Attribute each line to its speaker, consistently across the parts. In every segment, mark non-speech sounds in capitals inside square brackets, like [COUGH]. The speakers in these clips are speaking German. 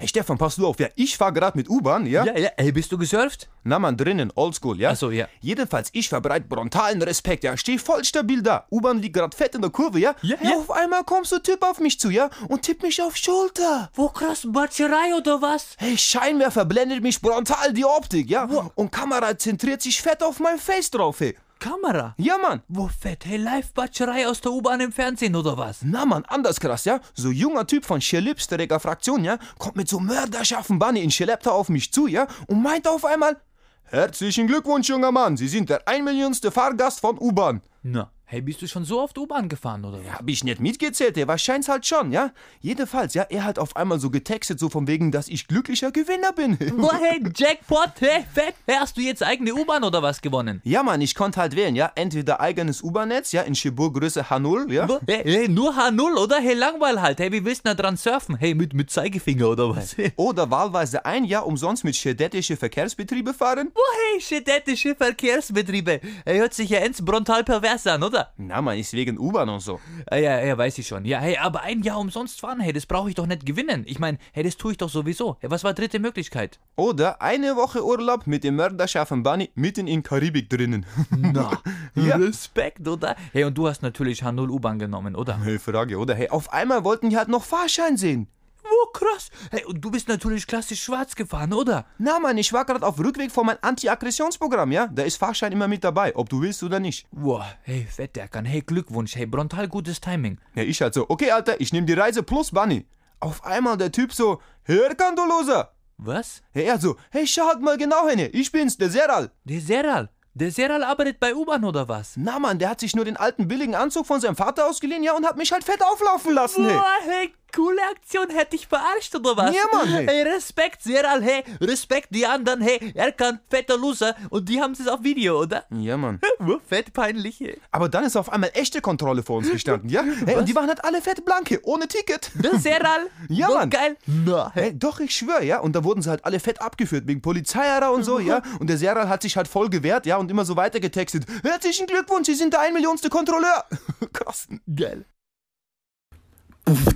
Speaker 1: Hey Stefan, pass du auf, ja, ich fahr grad mit U-Bahn, ja?
Speaker 2: Ja, ja, ey, bist du gesurft?
Speaker 1: Na man, drinnen, oldschool, ja?
Speaker 2: Ach so, ja.
Speaker 1: Jedenfalls, ich verbreite brontalen Respekt, ja? Steh voll stabil da. U-Bahn liegt grad fett in der Kurve, ja?
Speaker 2: Ja,
Speaker 1: ja.
Speaker 2: ja.
Speaker 1: auf einmal kommst du Typ auf mich zu, ja? Und tippt mich auf Schulter.
Speaker 2: Wo krass, Batscherei oder was?
Speaker 1: Hey, Scheinwerfer blendet mich frontal die Optik, ja? Und Kamera zentriert sich fett auf mein Face drauf, hey.
Speaker 2: Kamera.
Speaker 1: Ja, Mann.
Speaker 2: Wo fett, hey, Live-Batscherei aus der U-Bahn im Fernsehen oder was?
Speaker 1: Na, Mann, anders krass, ja? So junger Typ von Schelipsträger Fraktion, ja? Kommt mit so mörderscharfen Bunny in Schelepta auf mich zu, ja? Und meint auf einmal, herzlichen Glückwunsch, junger Mann. Sie sind der einmillionste Fahrgast von U-Bahn.
Speaker 2: Na. Hey, bist du schon so oft U-Bahn gefahren oder [LAUGHS] was?
Speaker 1: Hab ich nicht mitgezählt, ey, wahrscheinlich halt schon, ja? Jedenfalls, ja, er hat auf einmal so getextet, so von wegen, dass ich glücklicher Gewinner bin. [LAUGHS]
Speaker 2: Boah, hey, Jackpot, hey, fett. Hey, hast du jetzt eigene U-Bahn oder was gewonnen?
Speaker 1: Ja, Mann, ich konnte halt wählen, ja? Entweder eigenes U-Bahn-Netz, ja, in Chibur-Größe H0, ja?
Speaker 2: Boah, Hey, hey, nur H0, oder? Hey, Langweil halt. Hey, wie willst du da dran surfen? Hey, mit, mit Zeigefinger oder was?
Speaker 1: Oder wahlweise ein Jahr umsonst mit schedettische Verkehrsbetriebe fahren?
Speaker 2: Boah, [LAUGHS] hey, städtische Verkehrsbetriebe. Hey, hört sich ja ins Brontal pervers an, oder?
Speaker 1: Na, Mann, ist wegen U-Bahn und so.
Speaker 2: Ah, Ja, ja, weiß ich schon. Ja, hey, aber ein Jahr umsonst fahren, hey, das brauche ich doch nicht gewinnen. Ich meine, hey, das tue ich doch sowieso. Hey, was war dritte Möglichkeit?
Speaker 1: Oder eine Woche Urlaub mit dem mörderscharfen Bunny mitten in Karibik drinnen.
Speaker 2: Na,
Speaker 1: Ja.
Speaker 2: Respekt, oder? Hey, und du hast natürlich H0 U-Bahn genommen, oder?
Speaker 1: hey, Frage, oder? Hey, auf einmal wollten die halt noch Fahrschein sehen.
Speaker 2: Wo krass. Hey, und du bist natürlich klassisch schwarz gefahren, oder?
Speaker 1: Na, Mann, ich war gerade auf Rückweg von meinem Anti-Aggressionsprogramm, ja? Da ist Fahrschein immer mit dabei, ob du willst oder nicht.
Speaker 2: Wow, hey, Fettdeckern, hey, Glückwunsch, hey, Brontal, gutes Timing.
Speaker 1: Ja, ich halt so, okay, Alter, ich nehme die Reise plus Bunny. Auf einmal der Typ so, hör kann du loser.
Speaker 2: Was?
Speaker 1: Ja, er so, hey, schau halt mal genau hin, ich bin's, der Seral.
Speaker 2: Der Seral. Der Seral arbeitet bei U-Bahn, oder was?
Speaker 1: Na, Mann, der hat sich nur den alten billigen Anzug von seinem Vater ausgeliehen, ja, und hat mich halt fett auflaufen lassen, hey.
Speaker 2: Boah, hey, coole Aktion, hätte ich verarscht oder was?
Speaker 1: Ja, Mann, hey.
Speaker 2: Respekt, Seral, hey, Respekt die anderen, hey, Erkan, fetter Loser und die haben es auf Video, oder? [LAUGHS]
Speaker 1: Ja, Mann.
Speaker 2: Wow, Fett peinlich, hey.
Speaker 1: Aber dann ist auf einmal echte Kontrolle vor [LAUGHS] uns gestanden, ja? Hey, und die waren halt alle fett blanke, ohne [LAUGHS] Ticket.
Speaker 2: Der Seral,
Speaker 1: Ja,
Speaker 2: so
Speaker 1: Mann.
Speaker 2: geil. Na, hey.
Speaker 1: Hey, doch, ich schwöre, ja. Und da wurden sie halt alle fett abgeführt, wegen Polizeiara und so, ja. Und der Seral hat sich halt voll gewehrt, ja, und immer so weiter getextet. Herzlichen Glückwunsch, Sie sind der einmillionste Kontrolleur. [LAUGHS] Krass.
Speaker 2: geil.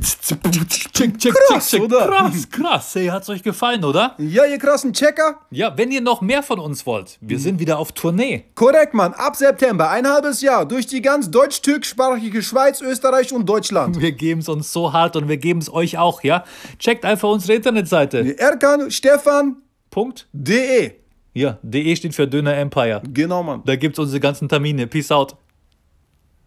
Speaker 3: Check, check,
Speaker 1: Krass,
Speaker 3: check, check.
Speaker 1: oder?
Speaker 3: Krass, krass. Hey, hat's euch gefallen, oder?
Speaker 1: Ja, ihr krassen Checker.
Speaker 3: Ja, wenn ihr noch mehr von uns wollt, wir
Speaker 1: Hm.
Speaker 3: sind wieder auf Tournee.
Speaker 1: Korrekt, Mann. Ab September, ein halbes Jahr, durch die ganz deutsch-türkischsprachige Schweiz, Österreich und Deutschland. [LAUGHS]
Speaker 3: Wir geben's uns so hart und wir geben's euch auch, ja? Checkt einfach unsere Internetseite.
Speaker 1: Erkan Stefan
Speaker 3: Punkt.
Speaker 1: DE.
Speaker 3: Ja, de steht für Döner Empire.
Speaker 1: Genau, Mann.
Speaker 3: Da gibt's unsere ganzen Termine. Peace out.